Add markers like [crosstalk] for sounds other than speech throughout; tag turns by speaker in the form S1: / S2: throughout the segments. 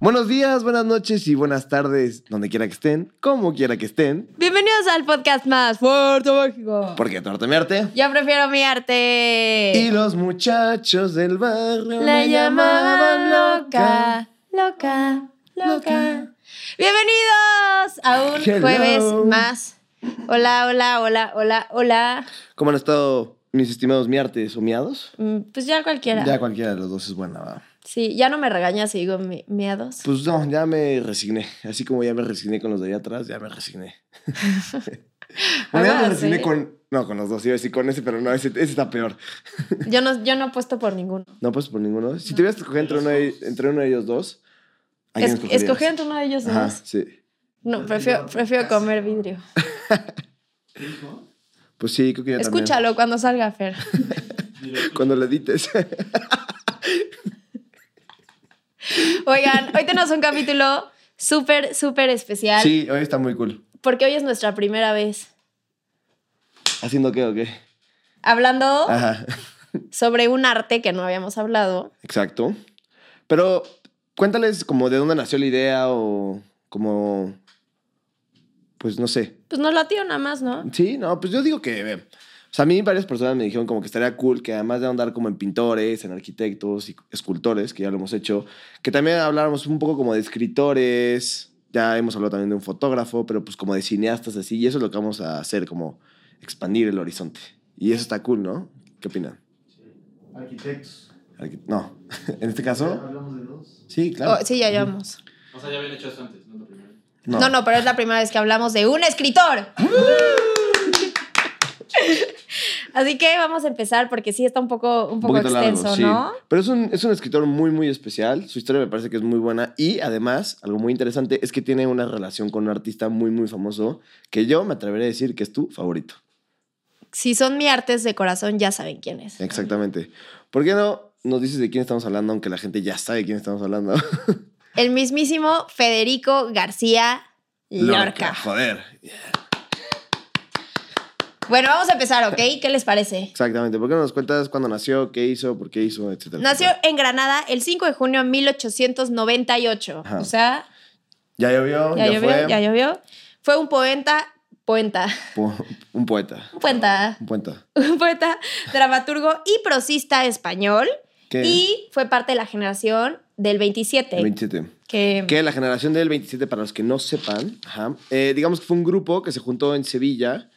S1: Buenos días, buenas noches y buenas tardes, donde quiera que estén, como quiera que estén,
S2: Bienvenidos al podcast más fuerte México.
S1: porque Torta mi arte.
S2: Yo prefiero mi
S1: Y
S2: arte.
S1: los muchachos del barrio
S2: Eh. La
S1: me llamaban
S2: llamaban
S1: loca.
S2: loca, loca,
S1: Loca.
S2: loca. Bienvenidos a un
S1: Hello.
S2: jueves más. Hola, hola, hola, hola, hola.
S1: ¿Cómo han estado mis estimados miartes o miados?
S2: Mm, Pues ya cualquiera.
S1: Ya cualquiera de los dos es buena, va.
S2: Sí, ya no me regañas si digo mi- miados.
S1: Pues no, ya me resigné. Así como ya me resigné con los de allá atrás, ya me
S2: [laughs]
S1: resigné. [laughs] bueno, ya me
S2: Además,
S1: resigné
S2: ¿eh?
S1: con. No, con los dos, iba a decir con ese, pero no, ese, ese está peor.
S2: Yo no, yo no apuesto por ninguno.
S1: No, pues por ninguno. Si tuvieras que escoger entre uno de, entre uno de ellos dos, ¿a quién
S2: Es-
S1: escogerías?
S2: Escogí entre uno de ellos
S1: Ajá,
S2: dos.
S1: sí.
S2: No, prefiero, prefiero comer vidrio.
S1: Pues sí, creo que yo también.
S2: Escúchalo cuando salga Fer.
S1: [laughs] Cuando le edites.
S2: Oigan, hoy tenemos un capítulo súper, súper especial.
S1: sí, hoy está muy cool.
S2: Porque hoy es nuestra primera vez
S1: ¿Haciendo qué o qué?
S2: hablando
S1: Ajá,
S2: sobre un arte que no habíamos hablado.
S1: exacto. Pero cuéntales como de dónde nació la idea o como... Pues no sé,
S2: Pues nos latió nada más, ¿no?
S1: Sí, no, pues yo digo que. eh, O sea, a mí varias personas me dijeron como que estaría cool que además de andar como en pintores, en arquitectos y escultores, que ya lo hemos hecho, que también habláramos un poco como de escritores, ya hemos hablado también de un fotógrafo, pero pues como de cineastas así, y eso es lo que vamos a hacer, como expandir el horizonte. Y eso está cool, ¿no? ¿Qué opinan?
S3: Arquitectos.
S1: Arqui- No, [laughs] en este
S3: ¿Ya
S1: caso,
S3: Hablamos de dos.
S1: sí, claro.
S2: Oh, sí, ya llevamos.
S4: O sea, ya habían hecho esto antes, no es lo primero.
S2: No. no, pero es la primera vez que hablamos de un escritor. Así que vamos a empezar porque sí está un poco, un poco
S1: poquito largo,
S2: extenso,
S1: sí.
S2: ¿no?
S1: Pero es un, es un escritor muy, muy especial. Su historia me parece que es muy buena. Y además, algo muy interesante es que tiene una relación con un artista muy, muy famoso que yo me atreveré a decir que es tu favorito.
S2: Si son mi artes de corazón, ya saben quién es.
S1: Exactamente. ¿Por qué no nos dices de quién estamos hablando, aunque la gente ya sabe de quién estamos hablando?
S2: El mismísimo Federico García [laughs] Lorca.
S1: Joder.
S2: Bueno, vamos a empezar, ¿ok? ¿Qué les parece?
S1: Exactamente. ¿Por qué no nos cuentas cuándo nació, qué hizo, por qué hizo, etcétera?
S2: Nació
S1: etcétera?
S2: en Granada el 5 de junio de 1898.
S1: Ajá.
S2: O sea,
S1: Ya llovió,
S2: ya,
S1: ya,
S2: llovió,
S1: fue.
S2: ya llovió. Fue un poeta, poeta, [laughs]
S1: Po- un poeta.
S2: un poeta,
S1: Un poeta.
S2: un poeta, dramaturgo y prosista español.
S1: ¿Qué?
S2: Y eh, fue parte de la generación del 27.
S1: El 27.
S2: que,
S1: Que la generación del 27, para los que no sepan, ajá, eh, digamos que fue un grupo que se juntó en Sevilla,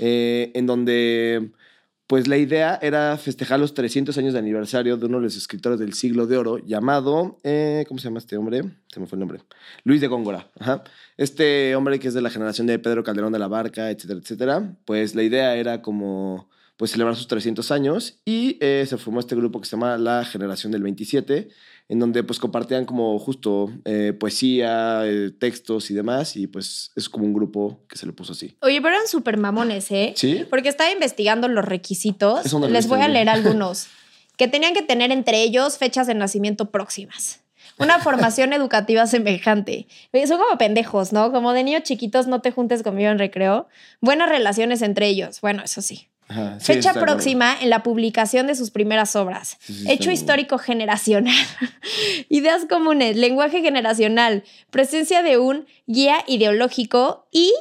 S1: eh, en donde pues la idea era festejar los 300 años de aniversario de uno de los escritores del siglo de oro llamado, eh, ¿cómo se llama este hombre? Se me fue el nombre. Luis de Góngora. ajá. Este hombre que es de la generación de Pedro Calderón de la Barca, etcétera, etcétera. Pues la idea era como pues celebrar sus 300 años y eh, se formó este grupo que se llama La Generación del 27, en donde pues compartían como justo eh, poesía, eh, textos y demás, y pues es como un grupo que se le puso así.
S2: Oye, pero eran súper mamones, ¿eh?
S1: ¿Sí?
S2: Porque estaba investigando los requisitos.
S1: Eso no lo
S2: Les
S1: viste,
S2: voy a
S1: ¿no?
S2: leer algunos. que tenían que tener entre ellos fechas de nacimiento próximas. Una formación [laughs] educativa semejante. Oye, Son como pendejos, ¿no? Como de niños chiquitos, no te juntes conmigo en recreo. Buenas relaciones entre ellos. Bueno, eso sí.
S1: Ajá, sí,
S2: Fecha
S1: está como-
S2: próxima en la publicación de sus primeras obras.
S1: Sí, sí, está
S2: Hecho
S1: como-
S2: histórico generacional. [laughs] Ideas comunes, lenguaje generacional, presencia de un guía ideológico y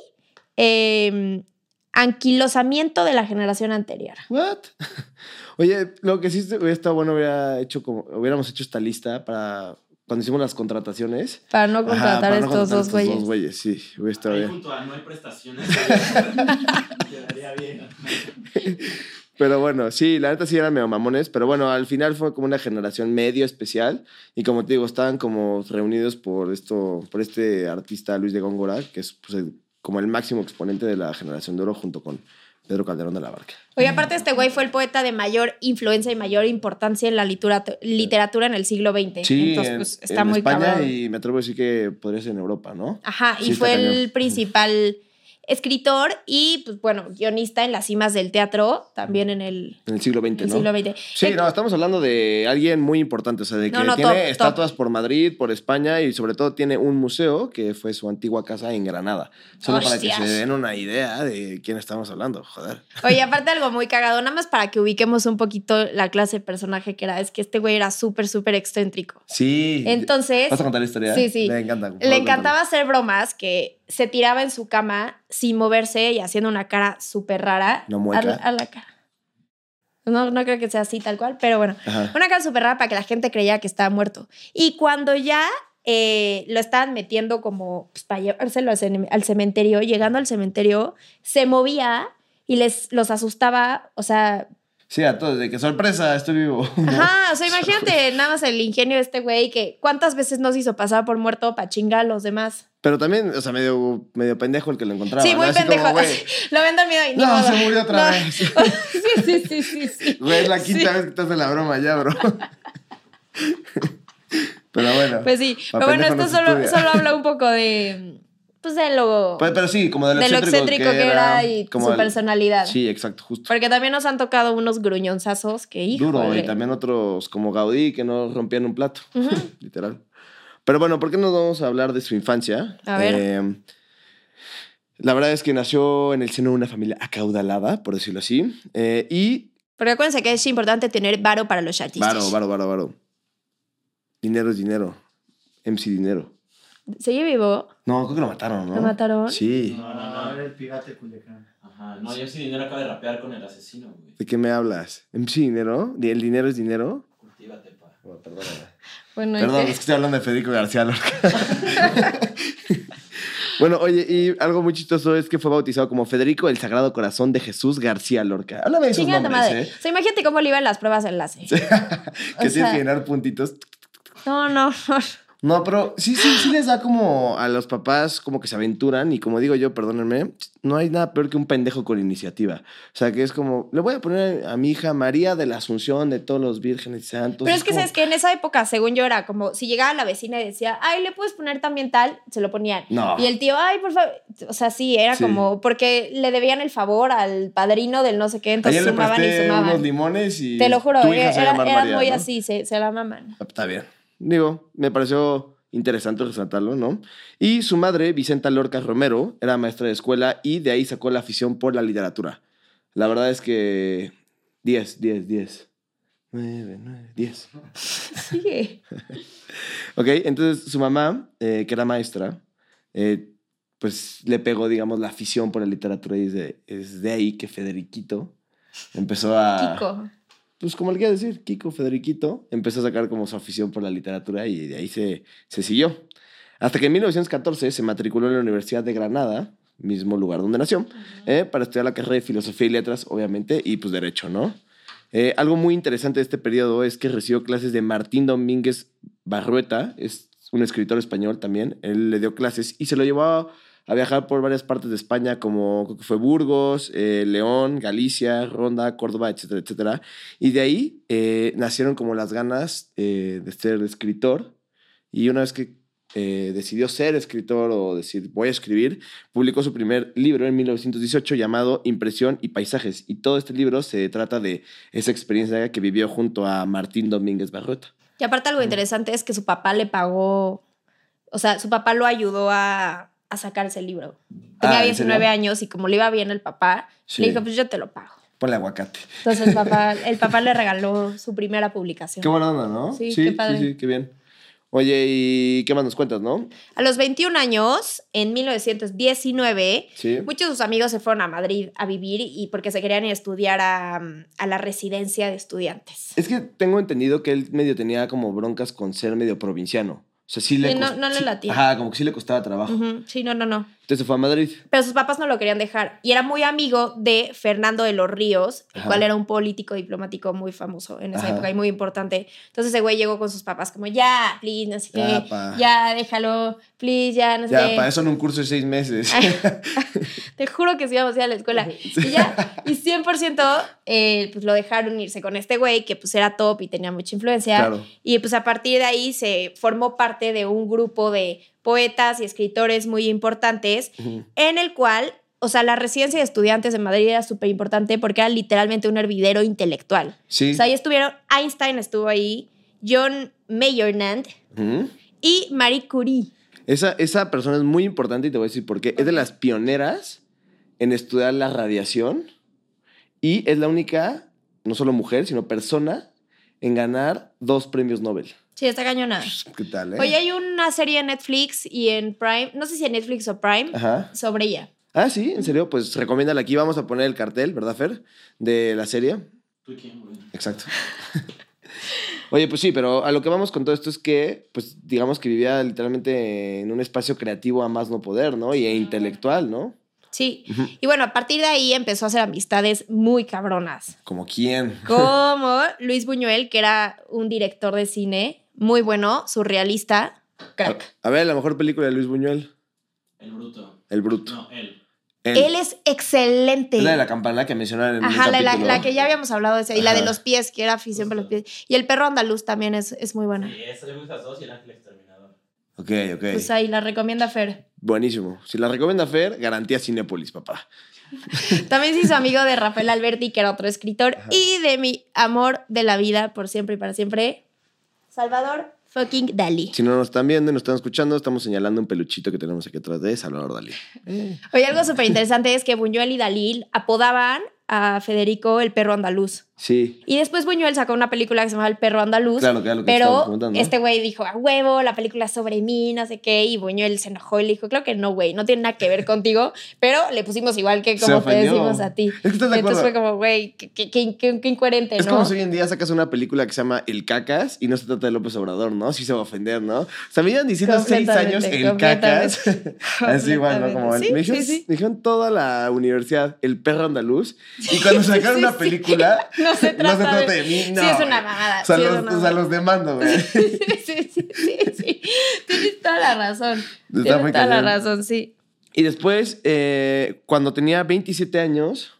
S2: eh, anquilosamiento de la generación anterior.
S1: What? [laughs] Oye, lo que sí hubiera estado bueno hubiera hecho como hubiéramos hecho esta lista para cuando hicimos las contrataciones.
S2: Para no
S1: Ajá,
S2: contratar
S1: para
S2: a
S1: no
S2: estos
S1: contratar a
S2: dos güeyes.
S1: dos güeyes, sí, hubiera estado
S4: Ahí
S1: bien.
S4: junto a no hay prestaciones. [laughs] Quedaría bien.
S1: Pero bueno, sí, la neta sí eran medio mamones, pero bueno, al final fue como una generación medio especial y como te digo, estaban como reunidos por esto, por este artista Luis de Góngora, que es pues, el- como el máximo exponente de la generación de oro junto con Pedro Calderón de la Barca.
S2: Oye, aparte este güey fue el poeta de mayor influencia y mayor importancia en la literatura, literatura en el siglo XX. Entonces,
S1: en-
S2: pues, está
S1: en
S2: muy
S1: España
S2: cabrón.
S1: y me atrevo a decir que podría ser en Europa, ¿no?
S2: Ajá,
S1: Sí,
S2: y
S1: está
S2: fue
S1: cañón.
S2: el principal escritor y, pues bueno, guionista en las cimas del teatro, también en el,
S1: En el siglo XX,
S2: el
S1: ¿no?
S2: siglo XX.
S1: Sí,
S2: Que-
S1: no, estamos hablando de alguien muy importante, o sea, de que
S2: No, no,
S1: tiene
S2: top, top.
S1: estatuas por Madrid, por España y sobre todo tiene un museo que fue su antigua casa en Granada. Solo para que
S2: Hostias.
S1: se den una idea de quién estamos hablando, joder.
S2: Oye, aparte algo muy cagado, nada más para que ubiquemos un poquito la clase de personaje que era, es que este güey era súper, súper excéntrico.
S1: Sí.
S2: Entonces,
S1: ¿Vas a contar la historia?
S2: Sí, sí.
S1: Me encanta. por
S2: Le
S1: favor,
S2: encantaba hacer bromas que se tiraba en su cama sin moverse y haciendo una cara súper rara.
S1: No mueca.
S2: A la, a la cara. No, no creo que sea así tal cual, pero bueno.
S1: cuéntalo. Ajá.
S2: Una cara súper rara para que la gente creía que estaba muerto. Y cuando ya eh, lo estaban metiendo como pues, para llevárselo al, cene- al cementerio, llegando al cementerio, se movía y les, los asustaba. O sea,
S1: Sí, a todos, de que sorpresa, estoy vivo. [laughs]
S2: Ajá, o sea, imagínate nada más el ingenio de este güey que cuántas veces nos hizo pasar por muerto para chingar a los demás.
S1: Pero también, o sea, medio, medio pendejo el que lo encontraba.
S2: sí,
S1: ¿no?
S2: muy
S1: Así como,
S2: pendejo.
S1: güey,
S2: [laughs] Lo ven dormido y ni
S1: No,
S2: modo.
S1: se murió otra
S2: No.
S1: vez.
S2: [laughs] sí, sí, sí,
S1: [laughs]
S2: sí, sí.
S1: Güey, es la
S2: Sí.
S1: quinta vez que estás en la broma ya, bro. [laughs] Pero bueno.
S2: Pues sí,
S1: pa'
S2: pero bueno,
S1: pendejo
S2: esto
S1: no se
S2: solo,
S1: estudia.
S2: solo habla un poco de. Pues de lo,
S1: Pues, pero sí, como de lo,
S2: de lo excéntrico que era, y
S1: como
S2: su
S1: el-
S2: personalidad.
S1: Sí, exacto, justo.
S2: Porque también nos han tocado unos gruñonzazos que, hijo.
S1: Duro, y también otros como Gaudí que no rompían un plato, [laughs] literal. Pero bueno, ¿por qué nos vamos a hablar de su infancia?
S2: A ver.
S1: Eh, la verdad es que nació en el seno de una familia acaudalada, por decirlo así, eh, y
S2: Porque acuérdense que es importante tener varo para los chatistas.
S1: Varo, varo, varo, varo. Dinero es dinero. MC Dinero.
S2: ¿Sigue vivo?
S1: No, creo que lo mataron, ¿no?
S2: ¿Lo mataron?
S1: Sí.
S4: No, no, no.
S3: Ah, era el pirata de Culiacán.
S4: Ajá, no, yo sí dinero acaba de rapear con el asesino, güey.
S1: ¿De qué me hablas? ¿MC Dinero? ¿El dinero es dinero?
S4: Cultívate, pa.
S1: Bueno, perdóname.
S2: Bueno,
S1: Perdón,
S2: este-
S1: es que estoy hablando de Federico García Lorca. [laughs] bueno, oye, y algo muy chistoso es que fue bautizado como Federico el Sagrado Corazón de Jesús García Lorca. Háblame de sus
S2: Chinga tu
S1: nombres,
S2: madre.
S1: ¿eh?
S2: O sea, imagínate cómo le iban las pruebas de enlace.
S1: Que
S2: O
S1: tienes
S2: sea-
S1: que llenar puntitos.
S2: No, no, no.
S1: No, pero sí, sí, sí les da como a los papás como que se aventuran y como digo yo, perdónenme, no hay nada peor que un pendejo con iniciativa. O sea, que es como, le voy a poner a mi hija María de la Asunción de todos los vírgenes y santos.
S2: Pero es que,
S1: como-
S2: ¿sabes que En esa época, según yo, era como si llegaba la vecina y decía, ay, le puedes poner también tal, se lo ponían.
S1: No.
S2: Y el tío, ay, por favor. O sea, sí, era
S1: Ah. Sí.
S2: como porque le debían el favor al padrino del no sé qué, entonces
S1: Ayer le
S2: sumaban y
S1: presté unos
S2: sumaban.
S1: limones y
S2: Te lo juro,
S1: tu
S2: era,
S1: hija se va a
S2: era-
S1: llamar
S2: eran
S1: María,
S2: muy
S1: ¿no?
S2: así, se, se la maman. [laughs]
S1: Está bien. Digo, me pareció interesante resaltarlo, ¿no? Y su madre, Vicenta Lorca Romero, era maestra de escuela y de ahí sacó la afición por la literatura. La verdad es que 10, 10, 10. 9, 9, 10.
S2: Sigue.
S1: Ok, entonces su mamá, eh, que era maestra, eh, pues le pegó, digamos, la afición por la literatura y es de, es de ahí que Federiquito empezó a...
S2: Kiko.
S1: Pues como le quiera decir, Kiko Federiquito empezó a sacar como su afición por la literatura y de ahí se, se siguió. Hasta que en 1914 se matriculó en la Universidad de Granada, mismo lugar donde nació, eh, para estudiar la carrera de Filosofía y Letras, obviamente, y pues Derecho, ¿no? Eh, algo muy interesante de este periodo es que recibió clases de Martín Domínguez Barrueta, es un escritor español también, él le dio clases y se lo llevó a, a viajar por varias partes de España, como creo que fue Burgos, eh, León, Galicia, Ronda, Córdoba, etcétera, etcétera. Y de ahí eh, nacieron como las ganas eh, de ser escritor. Y una vez que eh, decidió ser escritor o decir voy a escribir, publicó su primer libro en 1918 llamado Impresión y Paisajes. Y todo este libro se trata de esa experiencia que vivió junto a Martín Domínguez Barrueta.
S2: Y aparte algo interesante es que su papá le pagó, o sea, su papá lo ayudó a, a sacar ese libro. Tenía
S1: Ah, ¿en
S2: 19
S1: serio?
S2: años y como le iba bien el papá,
S1: Sí.
S2: le dijo, pues yo te lo pago.
S1: Ponle aguacate.
S2: Entonces
S1: [laughs]
S2: el papá, el papá le regaló su primera publicación.
S1: Qué buena onda, ¿no?
S2: Sí, qué padre.
S1: sí, sí, qué bien. Oye, ¿y qué más nos cuentas, no?
S2: A los 21 años, en 1919,
S1: Sí.
S2: muchos de sus amigos se fueron a Madrid a vivir y porque se querían ir a estudiar a, a la residencia de estudiantes.
S1: Es que tengo entendido que él medio tenía como broncas con ser medio provinciano. O sea, sí le
S2: Sí, no-
S1: cost-
S2: no le
S1: sí-
S2: latía.
S1: Ajá, como que sí le costaba trabajo.
S2: Ujú, Sí, no, no, no.
S1: Entonces se fue a Madrid.
S2: Pero sus papás no lo querían dejar. Y era muy amigo de Fernando de los Ríos, el
S1: Ajá.
S2: cual era un político diplomático muy famoso en esa
S1: Ajá.
S2: época y muy importante. Entonces ese güey llegó con sus papás como, ya, please, no sé qué,
S1: Ya,
S2: ya,
S1: pa.
S2: déjalo, please, ya, no sé
S1: Ya,
S2: qué".
S1: para eso en un curso de seis meses. [laughs]
S2: Te juro que sí íbamos a ir a la escuela. Y ya, y 100% eh, pues lo dejaron irse con este güey que pues era top y tenía mucha influencia.
S1: Claro.
S2: Y pues a partir de ahí se formó parte de un grupo de poetas y escritores muy importantes en el cual, o sea, la residencia de estudiantes de Madrid era súper importante porque era literalmente un hervidero intelectual.
S1: Sí.
S2: O sea, ahí estuvieron, Einstein estuvo ahí, John Maynard
S1: Ujú.
S2: y Marie Curie.
S1: Esa, esa persona es muy importante y te voy a decir por qué. Es de las pioneras en estudiar la radiación y es la única, no solo mujer, sino persona en ganar dos premios Nobel.
S2: Sí, está cañona.
S1: ¿Qué tal, eh?
S2: Oye, hay una serie en Netflix y en Prime, no sé si en Netflix o Prime,
S1: Ajá.
S2: sobre ella.
S1: Ah, sí, en serio, pues recomiéndala aquí. Vamos a poner el cartel, ¿verdad, Fer? De la serie.
S4: ¿Tú quién, güey?
S1: Exacto. [laughs] Oye, pues sí, pero a lo que vamos con todo esto es que, pues digamos que vivía literalmente en un espacio creativo a más no poder, ¿no? Y e intelectual, ¿no?
S2: Sí. Y bueno, a partir de ahí empezó a hacer amistades
S1: [laughs]
S2: muy cabronas.
S1: Como quién.
S2: Como Luis Buñuel, que era un director de cine muy bueno, surrealista, crack.
S1: A, a ver, la mejor película de Luis Buñuel,
S4: El bruto.
S1: El Bruto.
S4: No, él.
S1: Él.
S2: Él es excelente.
S1: Es la de la campana que mencionaron en
S2: Ajá,
S1: un
S2: la, la-
S1: capítulo.
S2: la que ya habíamos hablado de esa. Y la
S1: Ajá.
S2: de los pies, que era afición por los pies. Y el perro andaluz también es, es muy buena.
S4: Sí, esa le gusta a dos y el ángel exterminador.
S1: Ok, ok.
S2: Pues ahí la recomienda Fer.
S1: Buenísimo. Si la recomienda Fer, garantía Cinépolis, papá.
S2: También se hizo amigo de Rafael Alberti, que era otro escritor, y de mi amor de la vida por siempre y para siempre, Salvador fucking Dalí.
S1: Si no nos están viendo y nos están escuchando, estamos señalando un peluchito que tenemos aquí atrás de Salvador Dalí.
S2: Oye, algo súper interesante es que Buñuel y Dalí apodaban a Federico el perro andaluz.
S1: Sí.
S2: Y después Buñuel sacó una película que se llama El perro andaluz.
S1: Claro, claro, que estábamos
S2: Pues, Pero
S1: comentando, ¿no?
S2: este güey dijo, a huevo, la película es sobre mí, no sé qué. Y Buñuel se enojó y le dijo, claro que no, güey, no tiene nada que ver contigo. Pero le pusimos igual que
S1: Se
S2: como te
S1: ofendió.
S2: decimos a ti.
S1: Es que [laughs] estás de
S2: Entonces
S1: acuerdo.
S2: fue como, güey, qué, qué- qué- qué- qué incoherente,
S1: Es
S2: ¿no?
S1: como si hoy en día sacas una película que se llama El Cacas y no se trata de López Obrador, ¿no? Sí se va a ofender, ¿no? O sea, me llevan diciendo seis años
S2: Completamente,
S1: El Cacas. [laughs] Así igual, ¿no?
S2: Completamente.
S1: Como el-
S2: Sí,
S1: me, dijeron,
S2: sí, sí.
S1: me dijeron toda la universidad El Perro Andaluz y cuando sacaron
S2: sí,
S1: una
S2: sí.
S1: película...
S2: [laughs]
S1: [laughs]
S2: No [laughs] se trata,
S1: trata de mí, no,
S2: Sí, es
S1: güey.
S2: una mamada.
S1: O sea,
S2: sí es
S1: los,
S2: una
S1: o sea,
S2: mamada.
S1: los demando, güey.
S2: [laughs] sí, sí, sí, sí,
S1: [laughs]
S2: sí. Tienes toda la razón.
S1: muy
S2: Tienes toda la
S1: cañón.
S2: razón, sí.
S1: Y después, eh, cuando tenía 27 años,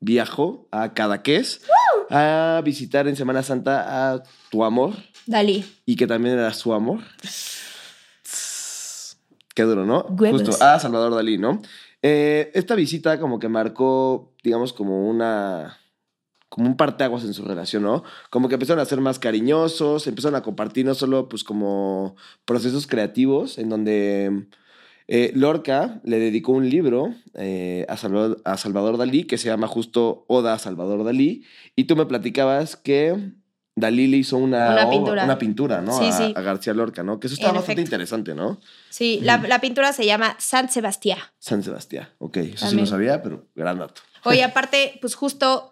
S1: viajó a Cadaqués a visitar en Semana Santa a tu amor
S2: Dalí.
S1: y que también era su amor. Qué duro, ¿no?
S2: Huevos.
S1: Justo a Salvador Dalí, ¿no? Eh, esta visita como que marcó, digamos, como una como un parteaguas en su relación, ¿no? Como que empezaron a ser más cariñosos, empezaron a compartir no solo pues como procesos creativos, en donde eh, Lorca le dedicó un libro eh, a, Salvador, a Salvador Dalí que se llama justo Oda a Salvador Dalí, y tú me platicabas que Dalí le hizo una,
S2: Una
S1: obra-
S2: pintura.
S1: una pintura, ¿no?
S2: Sí,
S1: a,
S2: sí.
S1: a García Lorca, ¿no? Que eso
S2: En
S1: está bastante
S2: efecto.
S1: interesante, ¿no?
S2: Sí, la, la pintura se llama
S1: [laughs]
S2: San Sebastián.
S1: San Sebastián, ok, eso sí
S2: También.
S1: no sabía, pero gran dato.
S2: Oye, aparte, pues justo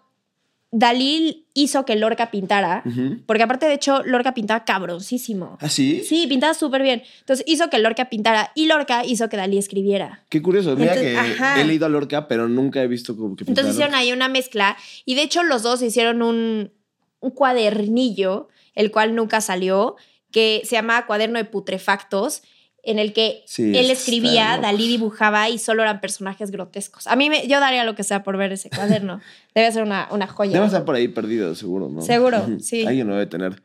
S2: Dalí hizo que Lorca pintara,
S1: Ujú.
S2: porque aparte, de hecho, Lorca pintaba cabroncísimo.
S1: ¿Ah, sí?
S2: Sí, pintaba súper bien. Entonces hizo que Lorca pintara y Lorca hizo que Dalí escribiera.
S1: Qué curioso, mira
S2: Entonces,
S1: que
S2: ajá.
S1: he leído a Lorca, pero nunca he visto como que
S2: Entonces
S1: pintara
S2: hicieron ahí una mezcla y de hecho los dos hicieron un, un cuadernillo, el cual nunca salió, que se llamaba Cuaderno de Putrefactos, en el que
S1: Sí,
S2: él
S1: está
S2: escribía,
S1: loco.
S2: Dalí dibujaba y solo eran personajes grotescos. A mí me, yo daría lo que sea por ver ese cuaderno. Debe ser una, una joya.
S1: Debe estar por ahí perdido, seguro, ¿no?
S2: Seguro,
S1: Ujú.
S2: sí.
S1: Alguien lo debe tener.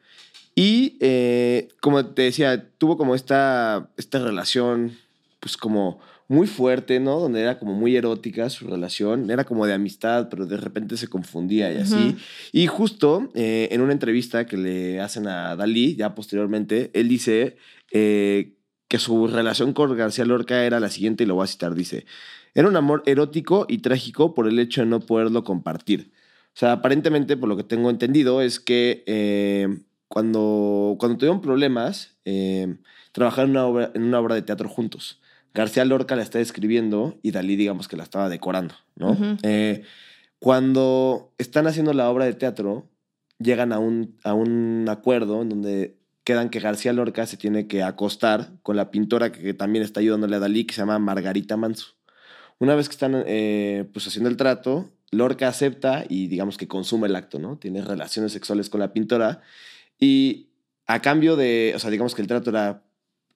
S1: Y eh, como te decía, tuvo como esta, esta relación, pues como muy fuerte, ¿no? Donde era como muy erótica su relación, era como de amistad, pero de repente se confundía y así.
S2: Ujú.
S1: Y justo eh, en una entrevista que le hacen a Dalí, ya posteriormente, él dice eh, que su relación con García Lorca era la siguiente, y lo voy a citar, dice, era un amor erótico y trágico por el hecho de no poderlo compartir. O sea, aparentemente, por lo que tengo entendido, es que eh, cuando, cuando tuvieron problemas, eh, trabajaron en una, obra, en una obra de teatro juntos. García Lorca la está escribiendo y Dalí, digamos que la estaba decorando, ¿no?
S2: Ujú.
S1: Eh, cuando están haciendo la obra de teatro, llegan a un, a un acuerdo en donde quedan que García Lorca se tiene que acostar con la pintora que, que también está ayudándole a Dalí, que se llama Margarita Manso. Una vez que están eh, pues haciendo el trato, Lorca acepta y digamos que consume el acto, ¿no? Tiene relaciones sexuales con la pintora y a cambio de, o sea, digamos que el trato era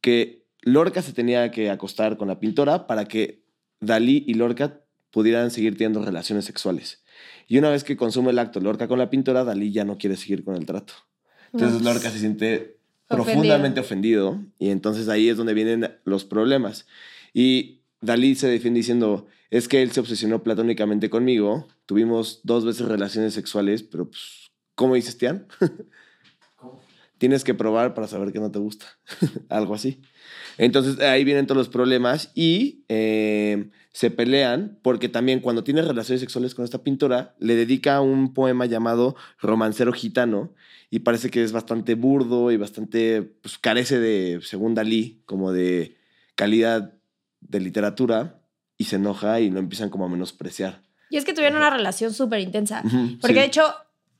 S1: que Lorca se tenía que acostar con la pintora para que Dalí y Lorca pudieran seguir teniendo relaciones sexuales. Y una vez que consume el acto Lorca con la pintora, Dalí ya no quiere seguir con el trato. Entonces
S2: No. pues,
S1: Lorca se siente
S2: Ofendido.
S1: profundamente ofendido y entonces ahí es donde vienen los problemas. Y Dalí se defiende diciendo, es que él se obsesionó platónicamente conmigo. Tuvimos dos veces relaciones sexuales, pero pues, ¿cómo dices, Tian?
S4: ¿Cómo?
S1: Tienes que probar para saber que no te gusta. [laughs] Algo así. Entonces ahí vienen todos los problemas y eh, se pelean porque también cuando tiene relaciones sexuales con esta pintora, le dedica un poema llamado Romancero Gitano y parece que es bastante burdo y bastante, pues carece de segunda Dalí, como de calidad de literatura y se enoja y lo empiezan como a menospreciar.
S2: Y es que tuvieron una relación súper intensa.
S1: Ujú,
S2: Ah, Porque
S1: sí.
S2: de hecho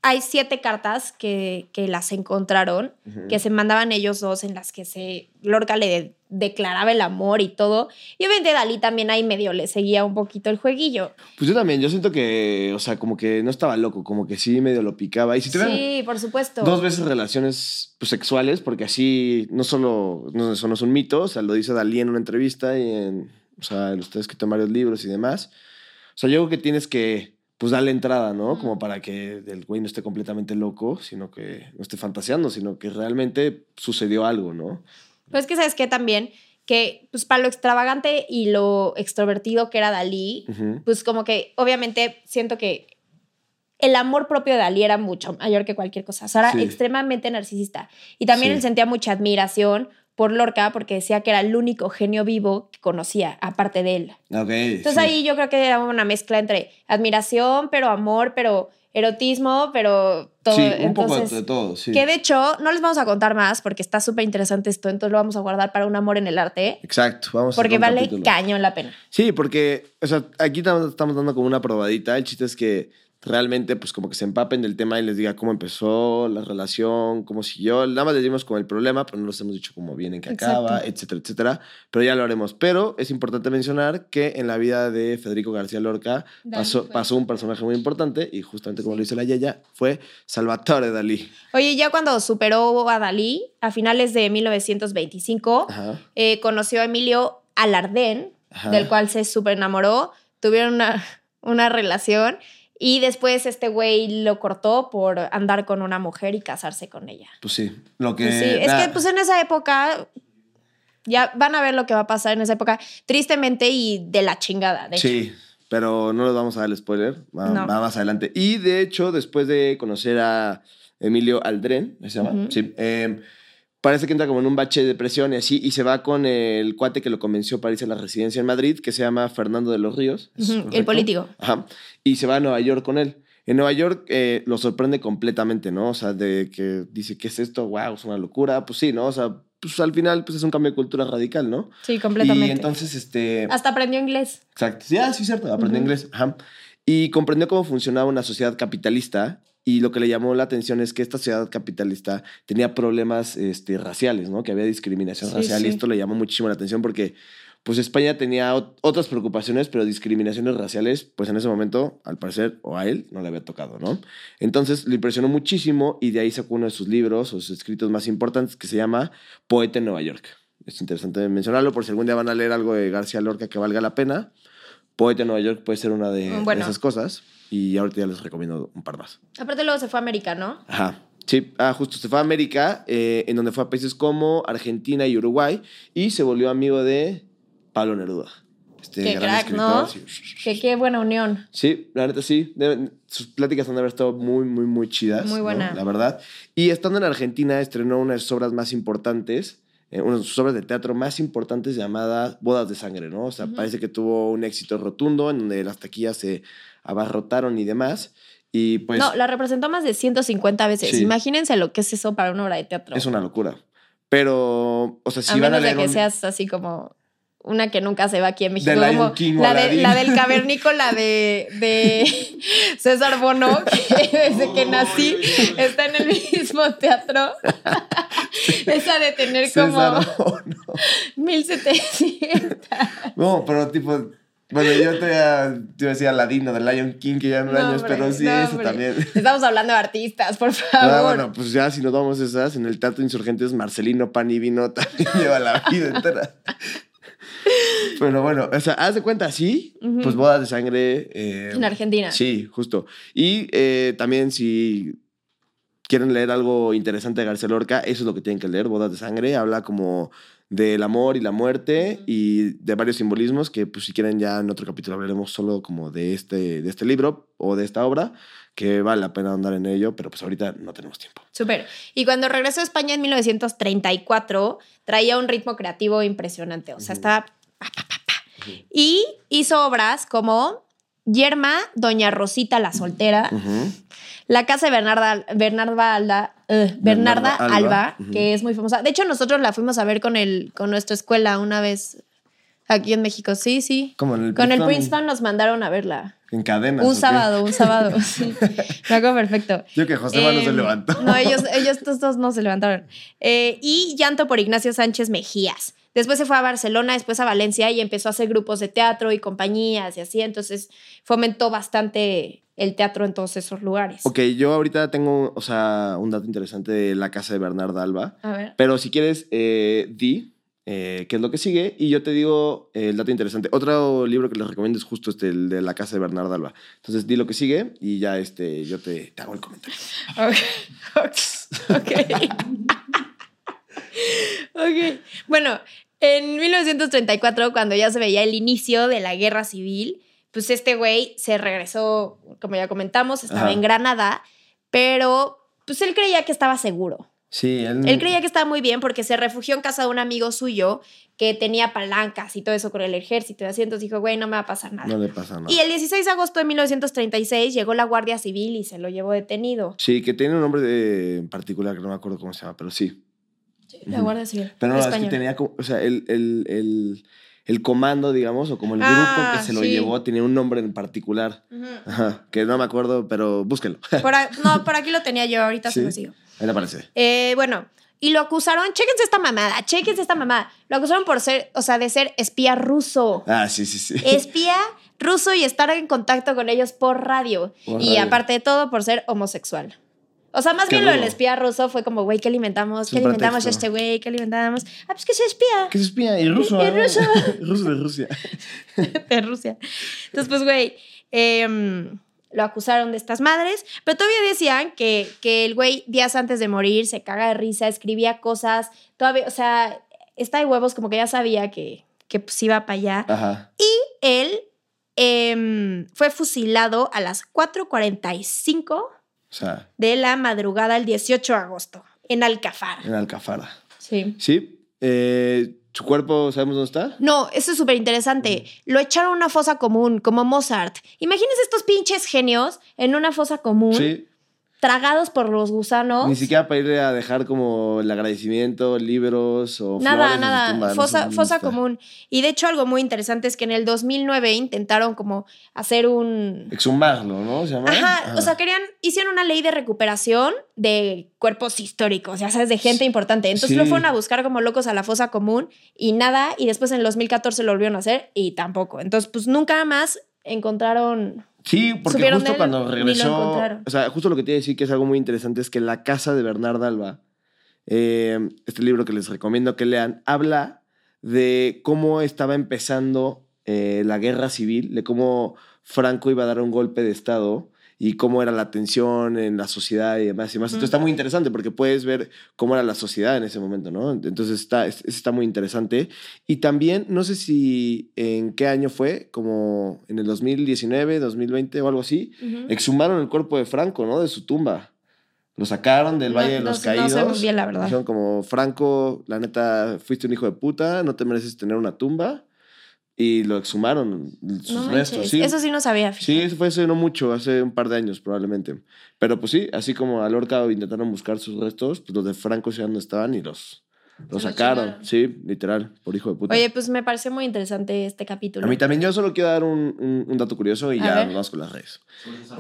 S2: hay siete cartas que, que las encontraron,
S1: Ujú.
S2: que se mandaban ellos dos, en las que se Lorca le de- declaraba el amor y todo. Y obviamente Dalí también ahí medio le seguía un poquito el jueguillo.
S1: Pues yo también, yo siento que, o sea, como que no estaba loco, como que sí medio lo picaba. Y si tuvieran
S2: Sí, por supuesto.
S1: dos veces relaciones pues, sexuales, porque así no solo, no, eso no es un mito, o sea, lo dice Dalí en una entrevista y en, o sea, lo está escrito en varios libros y demás. O sea, yo creo que tienes que, pues, darle entrada, ¿no? Como para que el güey no esté completamente loco, sino que no esté fantaseando, sino que realmente sucedió algo, ¿no?
S2: Pero es que sabes que también, que pues para lo extravagante y lo extrovertido que era Dalí,
S1: Ujú.
S2: pues como que obviamente siento que el amor propio de Dalí era mucho mayor que cualquier cosa. O sea, era
S1: Sí.
S2: extremadamente narcisista. Y también
S1: Sí.
S2: él sentía mucha admiración por Lorca porque decía que era el único genio vivo que conocía, aparte de él.
S1: Ok.
S2: Entonces
S1: sí.
S2: ahí yo creo que era una mezcla entre admiración, pero amor, pero erotismo, pero todo.
S1: Sí, un poco
S2: Entonces,
S1: de todo, sí.
S2: Que de hecho, no les vamos a contar más porque está súper interesante esto, entonces lo vamos a guardar para un amor en el arte,
S1: Exacto, vamos a
S2: porque
S1: hacer un
S2: vale
S1: capítulo.
S2: cañón la pena.
S1: Sí, porque, o sea, aquí tam- estamos dando como una probadita. El chiste es que realmente, pues, como que se empapen del tema y les diga cómo empezó la relación, cómo siguió. Nada más les dimos como el problema, pero no les hemos dicho cómo viene, en qué acaba,
S2: Exacto.
S1: etcétera, etcétera. Pero ya lo haremos. Pero es importante mencionar que en la vida de Federico García Lorca
S2: Dalí
S1: pasó,
S2: fue.
S1: pasó un personaje muy importante y justamente como
S2: Sí.
S1: lo dice la Yaya, fue Salvatore Dalí.
S2: Oye, ya cuando superó a Dalí, a finales de 1925,
S1: Ajá.
S2: eh, conoció a Emilio Alardén,
S1: Ajá.
S2: del cual se súper enamoró, tuvieron una, una relación y después este güey lo cortó por andar con una mujer y casarse con ella.
S1: Pues sí, lo que...
S2: Pues sí, es
S1: nada.
S2: que pues en esa época ya van a ver lo que va a pasar en esa época, tristemente y de la chingada. De hecho.
S1: Sí, pero no les vamos a dar el spoiler, va,
S2: No.
S1: va más adelante. Y de hecho, después de conocer a Emilio Aldren, ¿se llama?
S2: Ujú.
S1: Sí. eh, parece que entra como en un bache de depresión y así, y se va con el cuate que lo convenció para irse a la residencia en Madrid, que se llama Fernando de los Ríos. ¿es
S2: Ujú, el
S1: correcto?
S2: político.
S1: Ajá. Y se va a Nueva York con él. En Nueva York eh, lo sorprende completamente, ¿no? O sea, de que dice, ¿qué es esto? ¡Wow! Es una locura. Pues sí, ¿no? O sea, pues al final pues es un cambio de cultura radical, ¿no?
S2: Sí,
S1: Y
S2: completamente.
S1: entonces, este...
S2: Hasta aprendió inglés.
S1: Exacto. Sí, ah, sí, cierto. Aprendió
S2: Ujú.
S1: inglés. Ajá. Y comprendió cómo funcionaba una sociedad capitalista. Y lo que le llamó la atención es que esta sociedad capitalista tenía problemas este, raciales, ¿no? Que había discriminación
S2: Sí,
S1: racial.
S2: sí.
S1: Y esto le llamó muchísimo la atención porque, pues, España tenía ot- otras preocupaciones, pero discriminaciones raciales, pues, en ese momento, al parecer, o a él, no le había tocado, ¿no? Entonces, lo impresionó muchísimo y de ahí sacó uno de sus libros o sus escritos más importantes que se llama Poeta en Nueva York. Es interesante mencionarlo por si algún día van a leer algo de García Lorca que valga la pena. Poeta en Nueva York puede ser una de, de
S2: Mm, Bueno.
S1: esas cosas. Y ahorita ya les recomiendo un par más.
S2: Aparte luego se fue a América, ¿no?
S1: Ajá. Sí, ah, justo se fue a América, eh, en donde fue a países como Argentina y Uruguay, y se volvió amigo de Pablo Neruda. Este
S2: Qué
S1: gran
S2: crack, ¿no?
S1: escritor, sí.
S2: Que qué buena unión.
S1: Sí, la neta sí. Deben- sus pláticas han de haber estado muy, muy, muy chidas.
S2: Muy
S1: ¿no?
S2: buena.
S1: La verdad. Y estando en Argentina, estrenó una de sus obras más importantes, eh, una de sus obras de teatro más importantes llamada Bodas de Sangre, ¿no? O sea,
S2: Ujú.
S1: parece que tuvo un éxito rotundo en donde las taquillas se abarrotaron y demás. Y pues
S2: no, la representó más de 150 veces.
S1: Sí.
S2: Imagínense lo que es eso para una obra de teatro.
S1: es una locura. Pero, o sea, si
S2: a
S1: van a
S2: menos
S1: leer
S2: de que
S1: un- [laughs]
S2: seas así como una que nunca se va aquí en México.
S1: The Lion
S2: como
S1: King o
S2: la, de-
S1: Aladdin.
S2: la del cavernícola de,
S1: [laughs]
S2: de César Bono, que desde que nací está en el mismo teatro. Esa de tener
S1: César,
S2: como
S1: oh, no.
S2: 1700.
S1: No, pero tipo... Bueno, yo te, iba- te iba a decir Aladino de Lion King, que ya no,
S2: No,
S1: años,
S2: hombre,
S1: pero sí,
S2: no,
S1: eso
S2: hombre.
S1: también.
S2: Estamos hablando de artistas, por favor.
S1: Ah, bueno, pues ya si nos vamos a esas, en el Teatro Insurgentes, Marcelino Pan y Vino [laughs] también lleva la vida entera. Pero bueno, o sea, haz de cuenta, sí,
S2: Ujú.
S1: pues bodas de sangre. eh,
S2: En Argentina.
S1: Sí, justo. Y eh, también si quieren leer algo interesante de García Lorca, eso es lo que tienen que leer, Bodas de Sangre, habla como del amor y la muerte y de varios simbolismos que pues si quieren ya en otro capítulo hablaremos solo como de este, de este libro o de esta obra, que vale la pena andar en ello, pero pues ahorita no tenemos tiempo.
S2: Súper. Y cuando regresó a España en 1934, traía un ritmo creativo impresionante. O
S1: Ujú.
S2: sea, estaba. pa, pa, pa, pa. Y hizo obras como Yerma, Doña Rosita la Soltera,
S1: Ujú.
S2: La Casa de Bernarda, Bernarda, Alda- eh, Bernarda
S1: Bernarda
S2: Alba,
S1: Alba, ujú.
S2: que es muy famosa. De hecho, nosotros la fuimos a ver con, el, con nuestra escuela una vez aquí en México. Sí, sí.
S1: Como en el
S2: Con el
S1: Princeton,
S2: Princeton nos mandaron a verla.
S1: En cadenas.
S2: Un
S1: ¿o qué?
S2: sábado, un sábado.
S1: [laughs]
S2: Sí. Me acuerdo perfecto.
S1: Yo que José Manuel se
S2: Em,
S1: levantó.
S2: No, ellos, ellos estos dos no se levantaron. Eh, y Llanto por Ignacio Sánchez Mejías. Después se fue a Barcelona, después a Valencia y empezó a hacer grupos de teatro y compañías y así. Entonces fomentó bastante el teatro en todos esos lugares.
S1: Ok, yo ahorita tengo, o sea, un dato interesante de la casa de Bernarda Alba.
S2: A ver.
S1: Pero si quieres, eh, di eh, qué es lo que sigue y yo te digo eh, el dato interesante. Otro libro que les recomiendo es justo este, el de La Casa de Bernarda Alba. Entonces, di lo que sigue y ya este, yo te, te hago el comentario.
S2: Ok. Ok. Ok. Bueno, en 1934, cuando ya se veía el inicio de la guerra civil, pues este güey se regresó, como ya comentamos, estaba
S1: Ajá.
S2: en Granada, pero pues él creía que estaba seguro.
S1: Sí,
S2: Él creía que estaba muy bien porque se refugió en casa de un amigo suyo que tenía palancas y todo eso con el ejército y así, entonces dijo, güey, no me va a pasar nada.
S1: No le pasa nada.
S2: Y el 16 de agosto de 1936 llegó la Guardia Civil y se lo llevó detenido.
S1: Sí, que tiene un nombre de- en particular que no me acuerdo cómo se llama, pero sí.
S2: La Guardia Civil.
S1: Pero no, es que
S2: española.
S1: tenía como, o sea, el, el, el, el comando, digamos, o como el grupo
S2: Ah,
S1: que se lo
S2: sí.
S1: llevó tenía un nombre en particular.
S2: Ujú.
S1: Ajá, que no me acuerdo, pero búsquenlo. [laughs]
S2: Por a- no, por aquí lo tenía yo, ahorita se
S1: Sí.
S2: lo sigo.
S1: Ahí le aparece.
S2: Eh, bueno, y lo acusaron, chéquense esta mamada, chéquense esta mamada. Lo acusaron por ser, o sea, de ser espía ruso.
S1: Ah, sí, sí, sí.
S2: Espía ruso y estar en contacto con ellos por radio.
S1: Por
S2: y
S1: radio.
S2: aparte de todo, por ser homosexual. O sea, más
S1: Qué
S2: bien lo del
S1: duro.
S2: espía ruso fue como, güey, ¿qué alimentamos?
S1: Es
S2: ¿Qué
S1: un
S2: alimentamos a
S1: pretexto.
S2: este güey? ¿Qué alimentamos? Ah, pues que se espía.
S1: ¿Qué es espía? Y ruso.
S2: Y
S1: ¿eh? [laughs]
S2: ruso.
S1: ruso de Rusia.
S2: [laughs] de Rusia. Entonces, pues, güey, em, lo acusaron de estas madres, pero todavía decían que, que el güey días antes de morir se caga de risa, escribía cosas, todavía, o sea, está de huevos como que ya sabía que, que pues iba para allá.
S1: Ajá.
S2: Él em, fue fusilado a las 4.45
S1: O sea,
S2: de la madrugada el 18 de agosto en Alcafar.
S1: en Alcafara.
S2: Sí.
S1: ¿Sí? Eh, ¿Su cuerpo sabemos dónde está?
S2: No, eso es súper interesante. Lo echaron a una fosa común, como Mozart. Imagínense estos pinches genios en una fosa común,
S1: Sí.
S2: tragados por los gusanos.
S1: Ni siquiera para ir a dejar como el agradecimiento, libros o
S2: Nada,
S1: flores en su
S2: nada,
S1: tumba, no sé
S2: fosa,
S1: dónde
S2: fosa
S1: está.
S2: común. Y de hecho algo muy interesante es que en el 2009 intentaron como hacer un...
S1: Exhumarlo, ¿no? ¿Se llama?
S2: Ajá, o sea, querían, hicieron una ley de recuperación de cuerpos históricos, ya sabes, de gente importante. Entonces
S1: Sí.
S2: lo fueron a buscar como locos a la fosa común y nada, y después en el 2014 lo volvieron a hacer y tampoco. Entonces, pues nunca más encontraron
S1: Sí, porque
S2: Supieron de
S1: justo
S2: él, ni
S1: cuando
S2: lo
S1: regresó.
S2: encontraron.
S1: O sea, justo lo que te iba a decir que es algo muy interesante es que la casa de Bernarda Alba, eh, este libro que les recomiendo que lean, habla de cómo estaba empezando eh, la guerra civil, de cómo Franco iba a dar un golpe de Estado y cómo era la tensión en la sociedad y demás. Y más.
S2: Mm.
S1: Esto está muy interesante porque puedes ver cómo era la sociedad en ese momento, ¿no? Entonces está, es- está muy interesante. Y también, no sé si en qué año fue, como en el 2019, 2020 o algo así, exhumaron el cuerpo de Franco, ¿no? De su tumba. Lo sacaron del
S2: No-
S1: Valle de
S2: no
S1: los
S2: sé- no
S1: Caídos.
S2: sé muy bien, la verdad.
S1: Dijeron como, Franco, la neta, fuiste un hijo de puta, no te mereces tener una tumba. Y lo exhumaron, sus
S2: No
S1: restos.
S2: manches,
S1: Sí,
S2: Eso sí no sabía. fíjate.
S1: Sí, eso fue hace no mucho, hace un par de años probablemente. Pero pues sí, así como a Lorca intentaron buscar sus restos, pues los de Franco ya no estaban y los, los
S2: Se los
S1: sacaron.
S2: chingaron.
S1: Sí, literal, por hijo de puta.
S2: Oye, pues me pareció muy interesante este capítulo.
S1: a mí también yo solo quiero dar un, un- un dato curioso y
S2: A
S1: ya
S2: ver.
S1: nos vamos con las redes.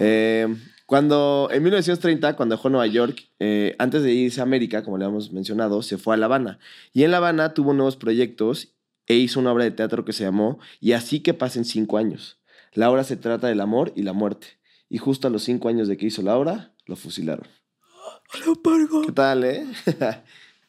S1: Eh, cuando en 1930, cuando dejó Nueva York, eh, antes de irse a América, como le habíamos mencionado, se fue a La Habana. Y en La Habana tuvo nuevos proyectos e hizo una obra de teatro que se llamó Y así que pasen cinco años. La obra se trata del amor y la muerte. Y justo a los cinco años de que hizo la obra, lo fusilaron. ¿Qué tal, eh?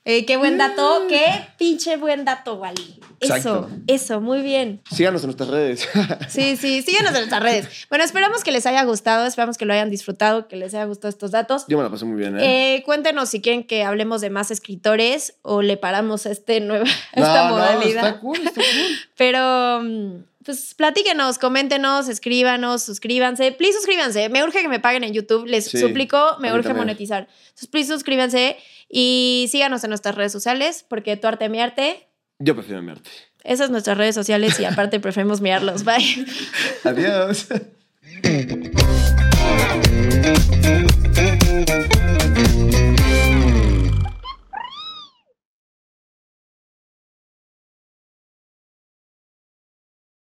S2: Eh, qué buen dato, qué pinche buen dato, Wally. Eso,
S1: Mm. Exacto.
S2: eso, muy bien.
S1: Síganos en nuestras redes.
S2: Sí, sí, síguenos en nuestras redes. Bueno, esperamos que les haya gustado, esperamos que lo hayan disfrutado, que les haya gustado estos datos.
S1: Yo me la pasé muy bien, ¿eh?
S2: Eh, cuéntenos si quieren que hablemos de más escritores o le paramos a este nueva, a esta modalidad.
S1: está cool, está cool.
S2: Pero, mm, pues platíquenos, coméntenos, escríbanos, suscríbanse. Please suscríbanse. Me urge que me paguen en YouTube. Les
S1: Sí,
S2: suplico,
S1: a
S2: me
S1: mí
S2: urge
S1: también.
S2: monetizar. Entonces, please suscríbanse y síganos en nuestras redes sociales, porque tu arte, mi arte.
S1: Yo prefiero mi arte.
S2: Esas nuestras redes sociales y aparte [laughs] preferimos mirarlos. Bye.
S1: Adiós.